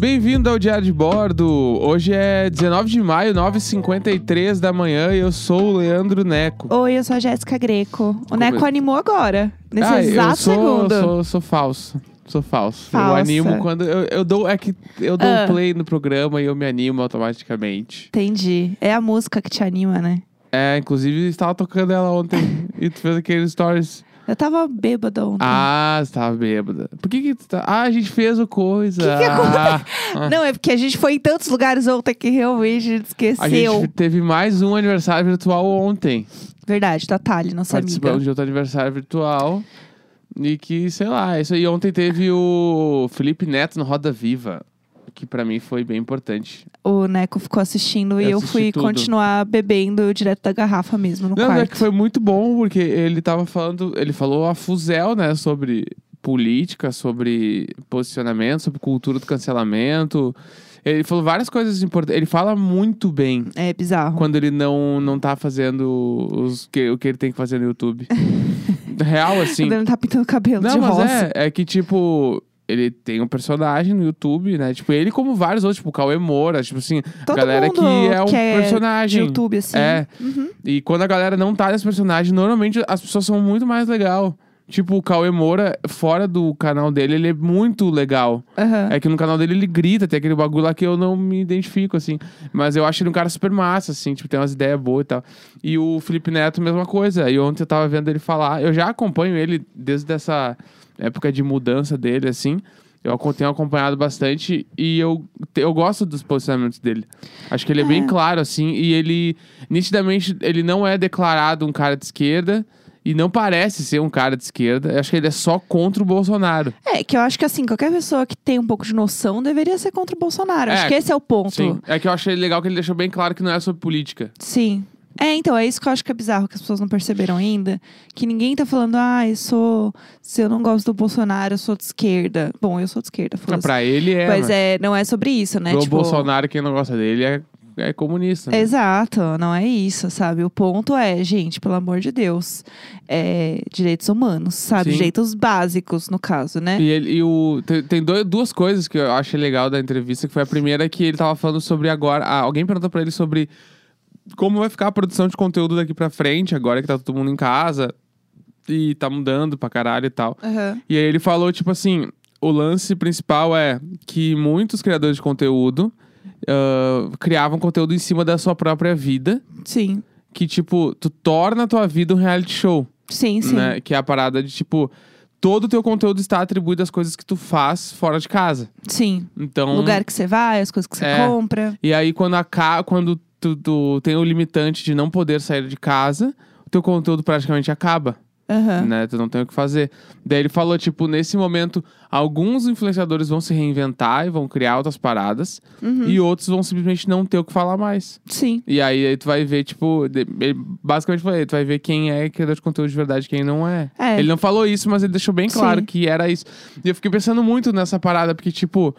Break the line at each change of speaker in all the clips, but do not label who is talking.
Bem-vindo ao Diário de Bordo. Hoje é 19 de maio, 9h53 da manhã e eu sou o Leandro Neco.
Oi, eu sou a Jéssica Greco. O
Como
Neco
é?
animou agora, nesse
Ah,
exato
eu sou,
segundo.
Eu sou, sou falso. Sou falso. Eu
Falsa.
animo quando. Eu, eu dou. É que eu dou
Ah.
play no programa e eu me animo automaticamente.
Entendi. É a música que te anima, né?
É, inclusive estava tocando ela ontem e tu fez aquele stories.
Eu tava bêbada ontem.
Ah, você tava bêbada. Por que que tu tá. Ah, a gente fez o coisa.
Que que aconteceu?
Ah,
Não, é porque a gente foi em tantos lugares ontem que realmente a gente esqueceu.
a gente teve mais um aniversário virtual ontem.
Verdade, Natália, nossa
participando
amiga.
de outro aniversário virtual. E que, sei lá, é isso aí. Ontem teve o Felipe Neto no Roda Viva, que pra mim foi bem importante.
O Neco ficou
Eu
assistindo e eu
É, assisti
fui
tudo.
continuar bebendo direto da garrafa mesmo no
Não,
quarto.
é que foi muito bom, porque ele tava falando, ele falou a fuzel, né, sobre política, sobre posicionamento, sobre cultura do cancelamento. Ele falou várias coisas importantes. Ele fala muito bem
É bizarro.
quando ele não, não tá fazendo os, que, o que ele tem que fazer no YouTube. Real, assim.
Quando ele tá pintando o cabelo
Não,
de
mas
rosa.
é, é que, tipo, ele tem um personagem no YouTube, né? Tipo, ele como vários outros, tipo, o Cauê Moura, tipo assim, a
Todo
galera
mundo
que é um
que é de
personagem.
YouTube, assim.
É.
Uhum.
E quando a galera não tá nesse personagem, normalmente as pessoas são muito mais legal. Tipo, o Cauê Moura, fora do canal dele, ele é muito legal.
Aham.
É que no canal dele ele grita, tem aquele bagulho lá que eu não me identifico, assim. Mas eu acho ele um cara super massa, assim, tipo, tem umas ideias boas e tal. E o Felipe Neto, mesma coisa. E ontem eu tava vendo ele falar. Eu já acompanho ele desde essa época de mudança dele, assim. Eu acom- tenho acompanhado bastante e eu, te- eu gosto dos posicionamentos dele. Acho que ele é, bem claro, assim, e ele, nitidamente, ele não é declarado um cara de esquerda e não parece ser um cara de esquerda. Eu acho que ele é só contra o Bolsonaro.
É, que eu acho que assim, qualquer pessoa que tem um pouco de noção deveria ser contra o Bolsonaro.
É,
acho que esse é o ponto.
Sim, é que eu achei legal que ele deixou bem claro que não é sobre política.
Sim. É, então, é isso que eu acho que é bizarro, que as pessoas não perceberam ainda. Que ninguém tá falando, ah, eu sou. Se eu não gosto do Bolsonaro, eu sou de esquerda. Bom, eu sou de esquerda,
Não,
foda-se.
pra ele é.
Mas
mas
é, não é sobre isso, né?
Pro
tipo,
Bolsonaro, quem não gosta dele é, é comunista. né?
Exato, não é isso, sabe? O ponto é, gente, pelo amor de Deus, é, direitos humanos, sabe?
Sim.
Direitos básicos, no caso, né?
E, ele, e o, tem, tem doi- duas coisas que eu achei legal da entrevista, que foi a primeira que ele tava falando sobre agora. ah, alguém perguntou pra ele sobre como vai ficar a produção de conteúdo daqui pra frente, agora que tá todo mundo em casa e tá mudando pra caralho e tal.
Aham.
E aí ele falou, tipo assim, o lance principal é que muitos criadores de conteúdo ah, criavam conteúdo em cima da sua própria vida.
Sim,
Que, tipo, tu torna a tua vida um reality show,
sim, sim.
né? Que é a parada de, tipo, todo o teu conteúdo está atribuído às coisas que tu faz fora de casa.
Sim.
Então.
Lugar que você vai, as coisas que você
É.
compra.
E aí, quando, aca- quando tu, tu tem o limitante de não poder sair de casa, o teu conteúdo praticamente acaba.
Aham.
né? Tu não tem o que fazer. Daí ele falou, tipo, nesse momento, alguns influenciadores vão se reinventar e vão criar outras paradas. E outros vão simplesmente não ter o que falar mais.
Sim.
E aí, aí tu vai ver, tipo, de- ele basicamente falou, aí, tu vai ver quem é criador de conteúdo de verdade e quem não é.
É.
Ele não falou isso, mas ele deixou bem claro
Sim.
que era isso. E eu fiquei pensando muito nessa parada, porque, tipo,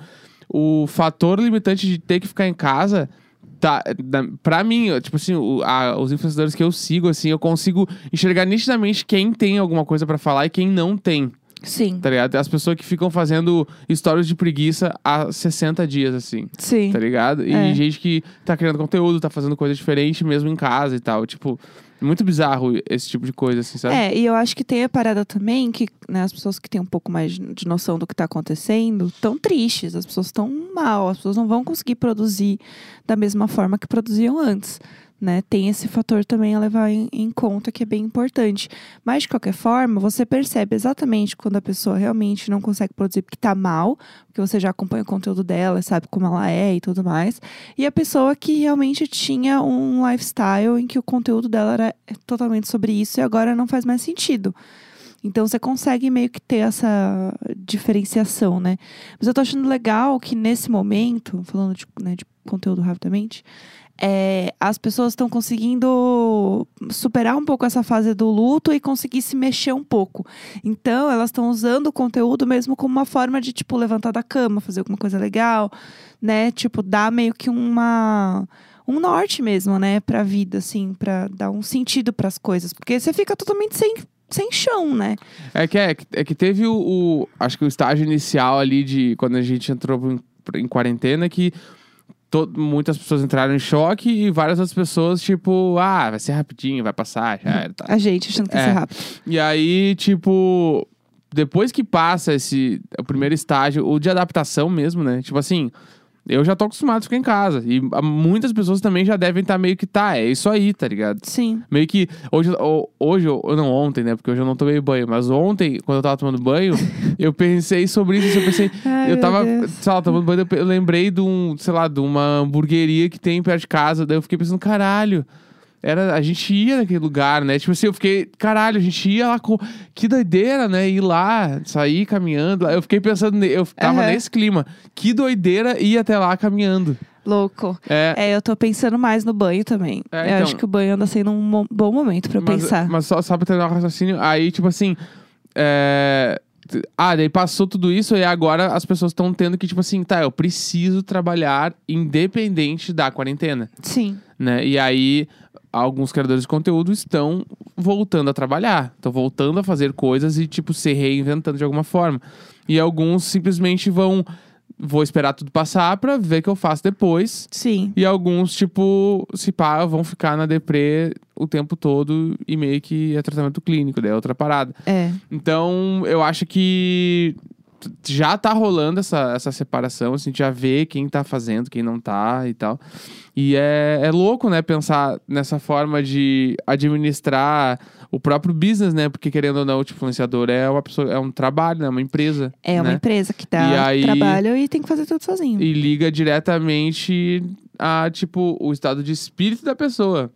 o fator limitante de ter que ficar em casa. Tá, da- pra mim, eu, tipo assim, o- a- os influenciadores que eu sigo, assim, eu consigo enxergar nitidamente quem tem alguma coisa pra falar e quem não tem,
Sim.
tá ligado? As pessoas que ficam fazendo histórias de preguiça há 60 dias, assim
Sim.
tá ligado? E
É.
gente que tá criando conteúdo, tá fazendo coisa diferente mesmo em casa e tal. Tipo, muito bizarro esse tipo de coisa, assim, sabe?
É, e eu acho que tem a parada também que né, as pessoas que têm um pouco mais de de noção do que tá acontecendo estão tristes, as pessoas estão mal, as pessoas não vão conseguir produzir da mesma forma que produziam antes. Né? Tem esse fator também a levar em, em conta que é bem importante. Mas, de qualquer forma, você percebe exatamente quando a pessoa realmente não consegue produzir porque tá mal, porque você já acompanha o conteúdo dela, sabe como ela é e tudo mais. E a pessoa que realmente tinha um lifestyle em que o conteúdo dela era totalmente sobre isso e agora não faz mais sentido. Então você consegue meio que ter essa diferenciação, né? Mas eu tô achando legal que nesse momento, falando de, né, de conteúdo rapidamente, é, as pessoas estão conseguindo superar um pouco essa fase do luto e conseguir se mexer um pouco. Então elas estão usando o conteúdo mesmo como uma forma de, tipo, levantar da cama, fazer alguma coisa legal, né? Tipo, dar meio que uma um norte mesmo, né, pra vida, assim, pra dar um sentido pras coisas. Porque você fica totalmente sem, sem chão, né?
É, que, é, que- é que teve o, o- Acho que o estágio inicial ali de quando a gente entrou pro, pra- em quarentena que to- muitas pessoas entraram em choque e várias outras pessoas, tipo, ah, vai ser rapidinho, vai passar, já era, tá.
A gente achando que ia
É.
ser rápido.
E aí, tipo, depois que passa esse o primeiro estágio, o de adaptação mesmo, né? Tipo assim, eu já tô acostumado a ficar em casa. E ah, muitas pessoas também já devem estar meio que tá, é isso aí, tá ligado?
Sim.
Meio que hoje, ho- hoje, ou não ontem, né? Porque hoje eu não tomei banho, mas ontem, quando eu tava tomando banho, eu pensei sobre isso. Eu pensei,
Ai,
eu
meu
tava,
Deus.
sei lá, tomando banho, eu pe- eu lembrei de um, sei lá, de uma hamburgueria que tem perto de casa. Daí eu fiquei pensando, caralho. Era, a gente ia naquele lugar, né? Tipo assim, eu fiquei, caralho, a gente ia lá com. Que doideira, né? Ir lá, sair caminhando. lá. Eu fiquei pensando, ne- eu tava
Aham.
nesse clima. Que doideira ir até lá caminhando.
Louco.
É,
É, eu tô pensando mais no banho também.
É,
Eu
então.
acho que o banho anda sendo um mo- bom momento pra eu
mas, uh,
pensar.
Mas só, só pra terminar o raciocínio, aí, tipo assim. é, t- Ah, daí passou tudo isso e agora as pessoas estão tendo que, tipo assim, tá, eu preciso trabalhar independente da quarentena,
Sim.
né? E aí, alguns criadores de conteúdo estão voltando a trabalhar, estão voltando a fazer coisas e, tipo, se reinventando de alguma forma. E alguns simplesmente vão, vou esperar tudo passar pra ver o que eu faço depois.
Sim.
E alguns, tipo, se pá, vão ficar na deprê o tempo todo e meio que é tratamento clínico, daí é outra parada.
É.
Então, eu acho que t- já tá rolando essa, essa separação, assim, já vê quem tá fazendo, quem não tá e tal. E é, é louco, né, pensar nessa forma de administrar o próprio business, né? Porque, querendo ou não, o tipo, influenciador é uma pessoa, é um trabalho, né? Uma empresa.
É uma
né?
empresa que
E
dá
aí-
trabalho e tem que fazer tudo sozinho.
E liga diretamente a, tipo, o estado de espírito da pessoa.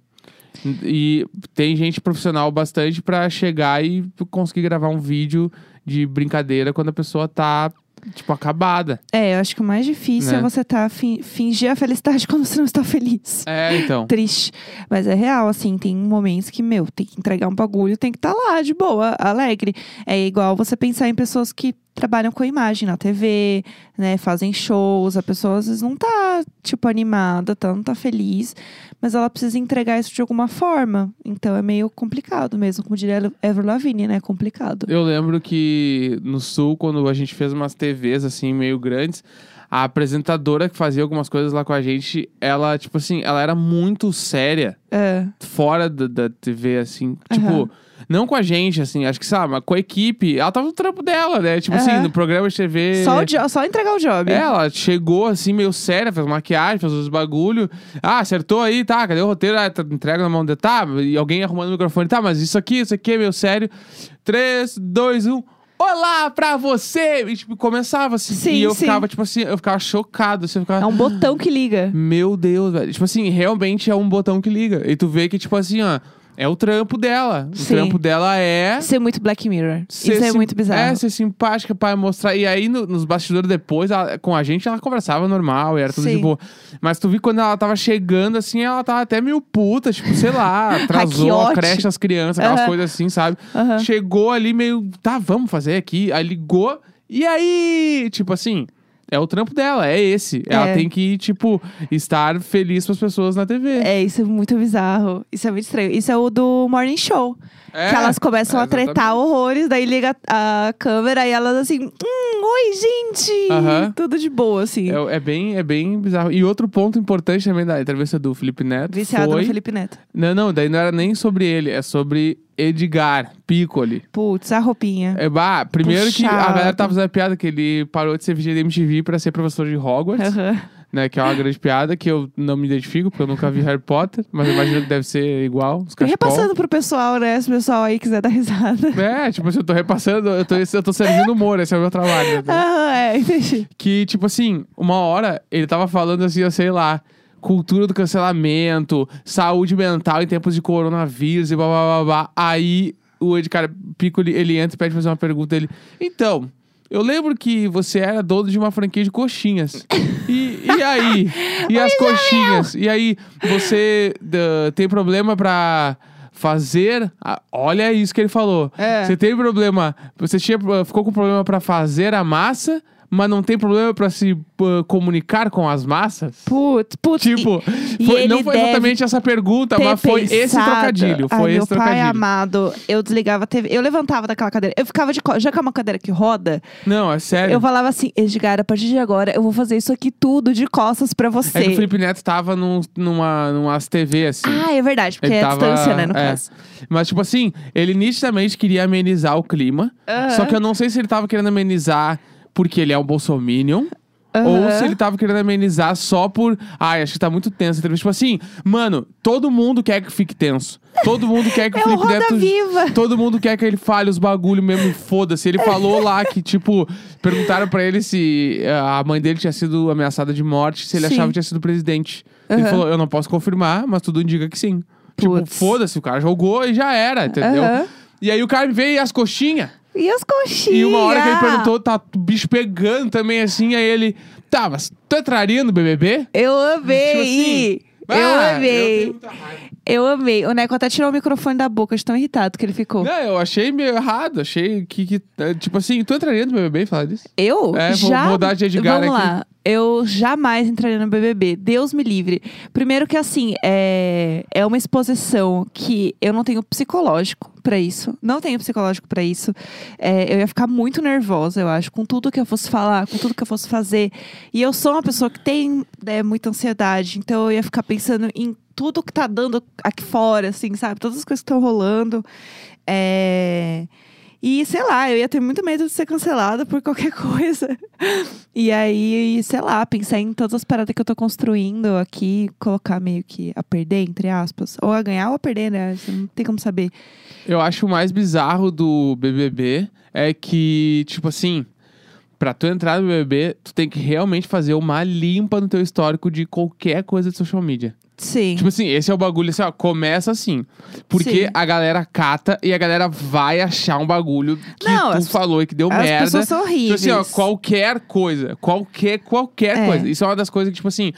E tem gente profissional bastante pra chegar e conseguir gravar um vídeo de brincadeira quando a pessoa tá, tipo, acabada.
É, eu acho que o mais difícil
Né?
é você tá fin- fingir a felicidade quando você não está feliz.
É, então.
Triste. Mas é real, assim, tem momentos que, meu, tem que entregar um bagulho, tem que estar lá, de boa, alegre. É igual você pensar em pessoas que trabalham com imagem na TV, né? Fazem shows, a pessoa às vezes não tá, tipo, animada, tá, não tá feliz, mas ela precisa entregar isso de alguma forma. Então é meio complicado mesmo, como diria Ever Lavigne, né? Complicado.
Eu lembro que no Sul, quando a gente fez umas TVs, assim, meio grandes, a apresentadora que fazia algumas coisas lá com a gente, ela, tipo assim, ela era muito séria.
É,
fora da, da TV, assim. Tipo, não com a gente, assim, acho que, sabe, mas com a equipe. Ela tava no trampo dela, né? Tipo assim,
Aham.
no programa de TV.
só, o jo- só entregar o job.
ela chegou assim, meio séria, fez maquiagem, fez os bagulho. Ah, acertou aí, tá, cadê o roteiro? Ah, tá, entrega na mão de. Tá, e alguém arrumando o microfone. Tá, mas isso aqui, isso aqui é meio sério. 3, 2, 1. Olá pra você! E tipo, começava assim.
Sim,
e eu
sim.
ficava, tipo assim, eu ficava chocado. Assim, eu ficava.
É um botão que liga.
Meu Deus, velho. Tipo assim, realmente é um botão que liga. E tu vê que, tipo assim, ó, é o trampo dela. O
Sim.
trampo dela é.
Ser muito Black Mirror.
ser
Isso é
sim-
muito
É,
bizarro.
ser simpática pra mostrar. E aí, no- nos bastidores depois, ela- com a gente, ela conversava normal e era tudo
Sim.
de boa. Mas tu vi quando ela tava chegando, assim, ela tava até meio puta, tipo, sei lá,
que
atrasou a
ótimo.
creche das crianças, aquelas
Aham.
coisas assim, sabe?
Aham.
Chegou ali meio, tá, vamos fazer aqui. Aí ligou, e aí? Tipo assim, é o trampo dela, é esse. Ela
É.
tem que, tipo, estar feliz pras pessoas na TV.
É, isso é muito bizarro. Isso é muito estranho. Isso é o do Morning Show.
É,
que elas começam
é,
a tretar horrores, daí liga a a câmera e elas assim, hum, oi, gente!
Aham.
Tudo de boa, assim.
É, é bem, é bem bizarro. E outro ponto importante também da entrevista do Felipe Neto
Viciado
foi...
no Felipe Neto.
Não, não, daí não era nem sobre ele, é sobre Edgar Piccoli.
Putz, a roupinha.
É, bah, primeiro que a
Puxado.
galera tava fazendo a piada que ele parou de ser VG da MTV pra ser professor de Hogwarts,
Aham.
né? Que é uma grande piada que eu não me identifico, porque eu nunca vi Harry Potter, mas eu imagino que deve ser igual. Os
E
cachecol.
repassando pro pessoal, né? Se o pessoal aí quiser dar risada.
É, tipo assim, eu tô repassando, eu tô, eu tô servindo humor, esse é o meu trabalho. Né?
Aham, é, entendi.
Que, tipo assim, uma hora ele tava falando assim, eu sei lá, cultura do cancelamento, saúde mental em tempos de coronavírus e blá blá blá blá. Aí o Edgar Piccoli, ele entra e pede pra fazer uma pergunta. Ele, então, eu lembro que você era dono de uma franquia de coxinhas. E, e aí? E as coxinhas? E aí, você dã, tem problema pra. Fazer, a- olha isso que ele falou.
É.
eh, Você tem problema, você tinha, ficou com problema pra fazer a massa, mas não tem problema pra se pô, comunicar com as massas?
Putz, putz. e-
Tipo,
e
foi-
ele
não foi
deve
exatamente essa pergunta,
ter
mas foi esse
pensado.
trocadilho. Foi
Ai,
esse
meu
trocadilho.
pai é amado, eu desligava a TV. Eu levantava daquela cadeira. Eu ficava de co... Já que é uma cadeira que roda,
Não, é sério.
eu falava assim, Edgar, a partir de agora eu vou fazer isso aqui tudo de costas pra você.
É que o Felipe Neto tava num, numa, numas TV, assim.
Ah, é verdade, porque
Ele
é a
tava-
distância, né, no
é.
caso.
Mas, tipo assim, ele nitidamente queria amenizar o clima.
Aham.
Só que eu não sei se ele tava querendo amenizar porque ele é um bolsominion. Ou
Aham.
se ele tava querendo amenizar só por. Ai, acho que tá muito tenso a entrevista. Tipo assim, mano, todo mundo quer que fique tenso. Todo mundo quer que o
É o
Felipe
Roda
Neto.
Viva.
Todo mundo quer que ele fale os bagulho mesmo, e foda-se. Ele falou lá que, tipo, perguntaram pra ele se eh, a mãe dele tinha sido ameaçada de morte, se ele
Sim.
achava que tinha sido presidente. Ele
Aham.
falou: eu não posso confirmar, mas tudo indica que sim. Tipo,
Putz.
foda-se, o cara jogou e já era, entendeu?
Aham.
E aí o cara me veio e as coxinhas.
E as coxinhas?
E uma hora
ah.
que ele perguntou, tá o bicho pegando também assim, aí ele. Tá, mas tu entraria no BBB?
Eu amei!
Tipo assim,
eu
"Ah,
amei!
tenho
Eu,
muita raiva."
amei. O Neco até tirou o microfone da boca de tão irritado que ele ficou.
Não, eu achei meio errado. Achei que. que, eh, tipo assim, tu entraria no BBB e falar disso?
Eu
É, vou-
já.
vou dar de Edgar
Vamos
aqui.
lá. Eu jamais entraria no BBB. Deus me livre. Primeiro que assim, é, é uma exposição que eu não tenho psicológico pra isso. Não tenho psicológico pra isso. É, eu ia ficar muito nervosa, eu acho, com tudo que eu fosse falar, com tudo que eu fosse fazer. E eu sou uma pessoa que tem né, muita ansiedade, então eu ia ficar pensando em tudo que tá dando aqui fora, assim, sabe? Todas as coisas que estão rolando. É... E sei lá, eu ia ter muito medo de ser cancelada por qualquer coisa. E aí, sei lá, pensar em todas as paradas que eu tô construindo aqui, colocar meio que a perder, entre aspas. Ou a ganhar ou a perder, né? Você não tem como saber.
Eu acho o mais bizarro do BBB é que, tipo assim, pra tu entrar no BBB, tu tem que realmente fazer uma limpa no teu histórico de qualquer coisa de social media.
Sim.
Tipo assim, esse é o bagulho, assim, ó, começa assim. Porque
Sim.
a galera cata e a galera vai achar um bagulho que
Não,
tu
as-
falou e que deu
As
merda.
pessoas são
Tipo
horríveis.
assim, ó, qualquer coisa. Qualquer, qualquer
É.
coisa. Isso é uma das coisas que, tipo assim,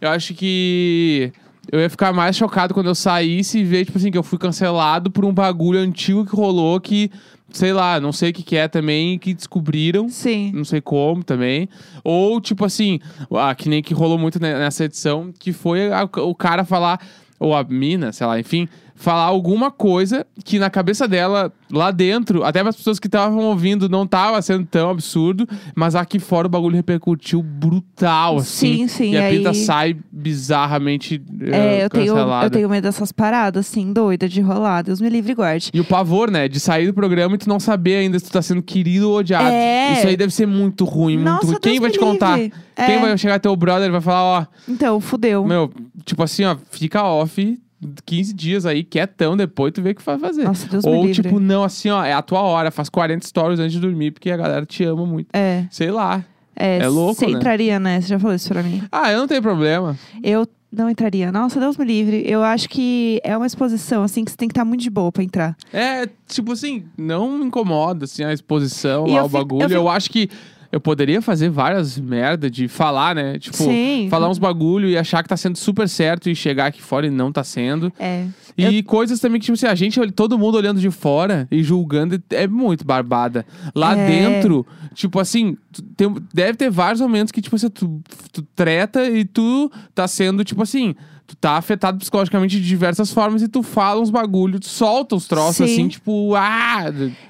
eu acho que. Eu ia ficar mais chocado quando eu saísse e ver, tipo assim, que eu fui cancelado por um bagulho antigo que rolou que, sei lá, não sei o que, que é também, que descobriram.
Sim.
Não sei como também. Ou, tipo assim, ah, que nem que rolou muito ne- nessa edição, que foi a- o cara falar, ou a mina, sei lá, enfim, falar alguma coisa que na cabeça dela, lá dentro, até as pessoas que estavam ouvindo, não tava sendo tão absurdo, mas aqui fora o bagulho repercutiu brutal, assim.
Sim, sim,
E a
aí-
pinta sai bizarramente eh,
É, eu tenho,
cancelada.
eu tenho medo dessas paradas, assim, doida de rolar. Deus me livre e guarde.
E o pavor, né? De sair do programa e tu não saber ainda se tu tá sendo querido ou odiado.
É.
Isso aí deve ser muito ruim, muito
Nossa,
ruim. Quem
Deus
vai
me
te contar?
livre.
Quem
É.
vai chegar teu brother e vai falar,
Então,
ó,
fudeu.
meu, tipo assim, ó, fica off 15 dias aí, quietão, depois tu vê o que vai fazer.
Nossa, Deus me
Ou,
livre.
tipo, não, assim, ó, é a tua hora, faz 40 stories antes de dormir, porque a galera te ama muito.
É,
Sei lá.
é,
É louco,
Você
né?
entraria, né? Você já falou isso pra mim.
Ah, eu não tenho problema.
Eu não entraria. Nossa, Deus me livre. Eu acho que é uma exposição, assim, que você tem que estar muito de boa pra entrar.
É, tipo assim, não me incomoda, assim, a exposição,
E
lá,
eu
o
fico- eu
bagulho. Eu,
fico-
acho que eu poderia fazer várias merda de falar, né? Tipo,
Sim.
falar uns bagulho e achar que tá sendo super certo e chegar aqui fora e não tá sendo.
É.
E coisas também que, tipo assim, a gente, olha- todo mundo olhando de fora e julgando é muito barbada. Lá
É.
dentro, tipo assim, tu- tem- deve ter vários momentos que, tipo assim, tu, tu treta e tu tá sendo, tipo assim, tu tá afetado psicologicamente de diversas formas e tu fala uns bagulho, tu solta uns troços
Sim.
assim, tipo, ah.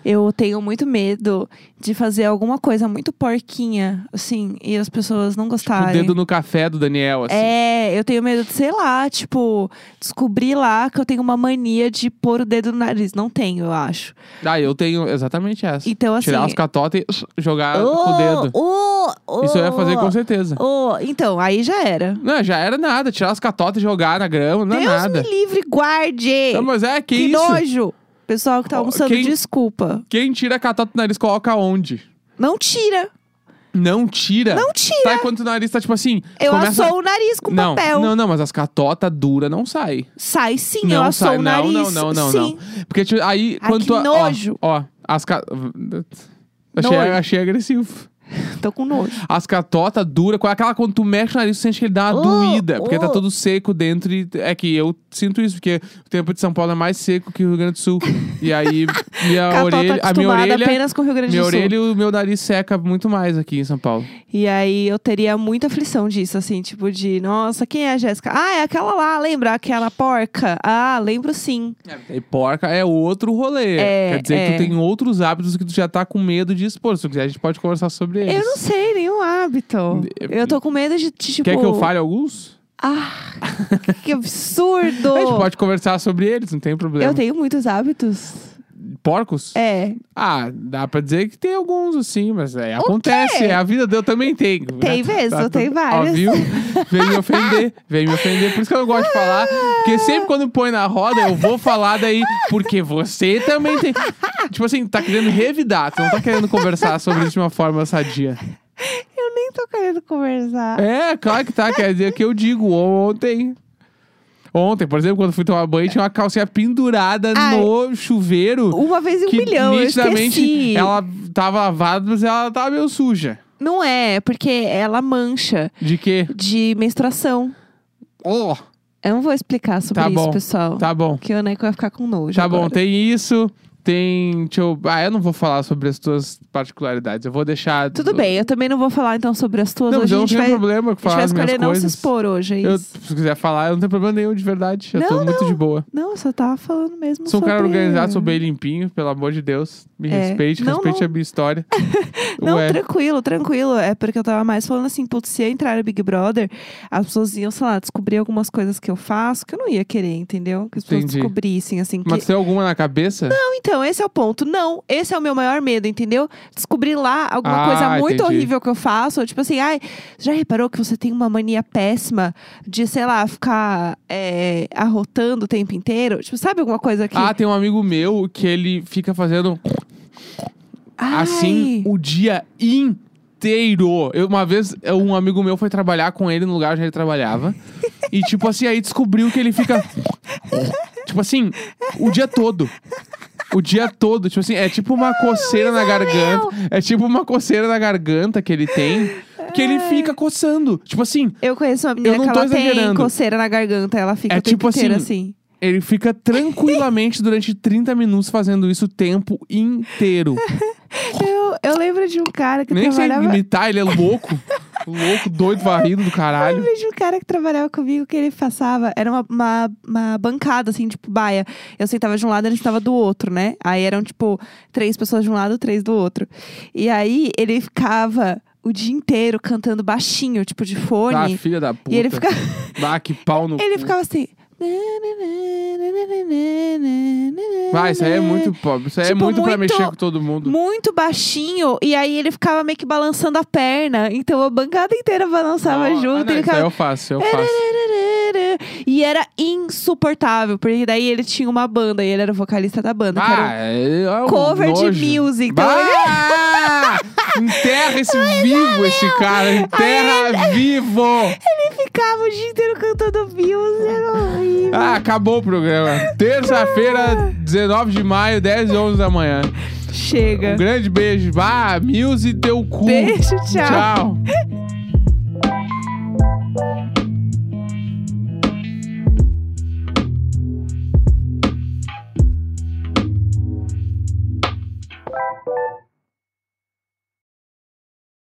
Eu tenho muito medo de fazer alguma coisa muito porquinha, assim, e as pessoas não
O
gostarem.
Tipo, dedo no café do Daniel, assim.
Tá, É, eu tenho medo de, sei lá, tipo, descobrir lá que eu tenho uma mania de pôr o dedo no nariz. Não tenho, eu acho.
Ah, eu tenho exatamente essa.
Então, assim.
Tirar as catotas e jogar com o
Oh,
dedo.
oh, oh,
Isso eu ia fazer com certeza.
oh. Então, aí já era.
Não, já era nada. Tirar as catotas e jogar na grama, não é
Deus
nada.
me livre, guarde!
Não, mas é, que,
que
isso?
nojo! Pessoal que tá
Ó,
almoçando,
quem-
desculpa.
Quem tira catota do nariz, coloca onde?
Não tira,
Não tira.
não tira.
Tá, enquanto o nariz tá tipo assim.
Eu
começa...
assou o nariz com
não,
papel.
Não, não, mas as catotas dura não sai.
Sai sim, eu
não
assou
sai.
o
não,
nariz.
não, não, não,
sim.
não. Porque tipo, aí
Ai,
quando
que
tu. ó,
nojo.
Ó, as ca... Achei,
Nojo.
achei agressivo.
Tô com nojo.
As catotas dura, com aquela quando tu mexe o nariz, tu sente que ele dá uma
Oh,
doída, porque tá
oh.
todo seco dentro e é que eu sinto isso, porque o tempo de São Paulo é mais seco que o Rio Grande do Sul. E aí, minha
Cató
orelha.
tá
a minha
acostumada
orelha.
apenas com o Rio Grande
Minha
do Sul.
orelha e o meu nariz seca muito mais aqui em São Paulo.
E aí eu teria muita aflição disso, assim, tipo de, nossa, quem é a Jéssica? Ah, é aquela lá, lembra? Aquela porca? Ah, lembro sim.
E porca é outro rolê.
É,
Quer dizer que
é.
tu tem outros hábitos que tu já tá com medo de expor. Se tu quiser, a gente pode conversar sobre eles.
Eu não sei nenhum hábito. Eu tô com medo de, de, tipo.
Quer que eu fale alguns?
Ah, que absurdo!
A gente pode conversar sobre eles, não tem problema.
Eu tenho muitos hábitos.
Porcos?
É,
Ah, dá pra dizer que tem alguns, assim, mas é, acontece. É, a vida deu também tem.
Tem vezes, eu tenho várias.
Tá, Ó, viu? Vem me ofender, vem me ofender. Por isso que eu não gosto de falar. Porque sempre quando me põe na roda, eu vou falar daí, porque você também tem. Tipo assim, tá querendo revidar, tu não tá querendo conversar sobre isso de uma forma sadia.
eu nem tô querendo conversar.
É, claro que tá, quer dizer que eu digo ontem. Ontem, por exemplo, quando fui tomar banho, tinha uma calcinha pendurada
Ai.
no chuveiro.
Uma vez em um
que
milhão, eu
nitidamente
esqueci.
ela tava lavada, mas ela tava meio suja.
Não é, porque ela mancha
De quê?
de menstruação.
Oh,
Eu não vou explicar sobre
Tá
isso,
bom,
pessoal.
tá bom.
Que o Neco vai ficar com nojo.
Tá bom,
agora.
tem isso, tem. Deixa eu. Ah, eu não vou falar sobre as tuas particularidades. Eu vou deixar.
Tudo bem, eu também não vou falar então sobre as tuas.
Não, mas
hoje
eu
a
não
gente
tenho
vai,
problema com
a gente
falar
vai
as minhas
escolher não se
coisas.
expor hoje, é
eu,
isso?
se quiser falar, eu não tenho problema nenhum, de verdade. eu tô
Não,
muito de boa.
Não, eu só tava falando mesmo
Sou um
sobre...
cara organizado, sou bem limpinho, pelo amor de Deus. Me
É.
respeite,
Não,
respeite
não.
a minha história.
Não,
Ué,
tranquilo, tranquilo. É porque eu tava mais falando assim, putz, se eu entrar no Big Brother, as pessoas iam, sei lá, descobrir algumas coisas que eu faço que eu não ia querer, entendeu? Que as pessoas
Entendi.
descobrissem, assim. que-
mas tu tem alguma na cabeça?
Não, então, esse é o ponto. Não, esse é o meu maior medo, entendeu? Descobrir lá alguma
Ah,
coisa muito
entendi.
horrível que eu faço. Ou tipo assim, ai, já reparou que você tem uma mania péssima de, sei lá, ficar é, arrotando o tempo inteiro? Tipo, sabe alguma coisa que.
Ah, tem um amigo meu que ele fica fazendo
Ai,
assim o dia inteiro. Eu, uma vez, eu- um amigo meu foi trabalhar com ele no lugar onde ele trabalhava. e, tipo assim, aí descobriu que ele fica. tipo assim, o dia todo. O dia todo, tipo assim, é tipo uma coceira na garganta. É tipo uma coceira na garganta que ele tem, que ele fica coçando. Tipo assim,
Eu conheço uma menina
Eu não
que
tô
ela tem
exagerando.
coceira na garganta, ela fica
É
o tempo
tipo
inteiro
assim,
assim.
ele fica tranquilamente durante 30 minutos fazendo isso o tempo inteiro.
Eu, eu lembro de um cara que
Nem sei
trabalhava.
imitar, ele é louco. louco, doido, varrido do
Eu
caralho.
lembro de um cara que trabalhava comigo que ele passava. Era uma, uma, uma bancada, assim, tipo, baia. Eu sentava de um lado, ele sentava do outro, né? Aí eram, tipo, três pessoas de um lado, três do outro. E aí ele ficava o dia inteiro cantando baixinho, tipo, de
Ah,
fone.
filha da puta.
e ele, fica,
Ah, que pau no
ele
cu.
ficava assim.
Ah, isso aí é muito pobre. Isso aí é
"Hum, Tipo,
muito, pra
muito-
mexer com todo mundo.
muito baixinho e aí ele ficava meio que balançando a perna. Então a bancada inteira balançava
Ah,
junto.
ah, não,
ele
isso aí
ficava...
eu faço, eu faço.
E era insuportável, porque daí ele tinha uma banda e ele era o vocalista da banda. que era
Ah, é, é um
cover de
nojo.
music, então
Ah! Enterra esse vivo, esse cara. Enterra vivo.
um- Ele ficava o dia inteiro cantando Bills, era horrível.
Ah, acabou o programa. Terça-feira, 19 de maio, 10 e 11 da manhã. Um
Chega.
grande beijo. Ah, Muse teu cu.
Beijo, tchau.
Tchau.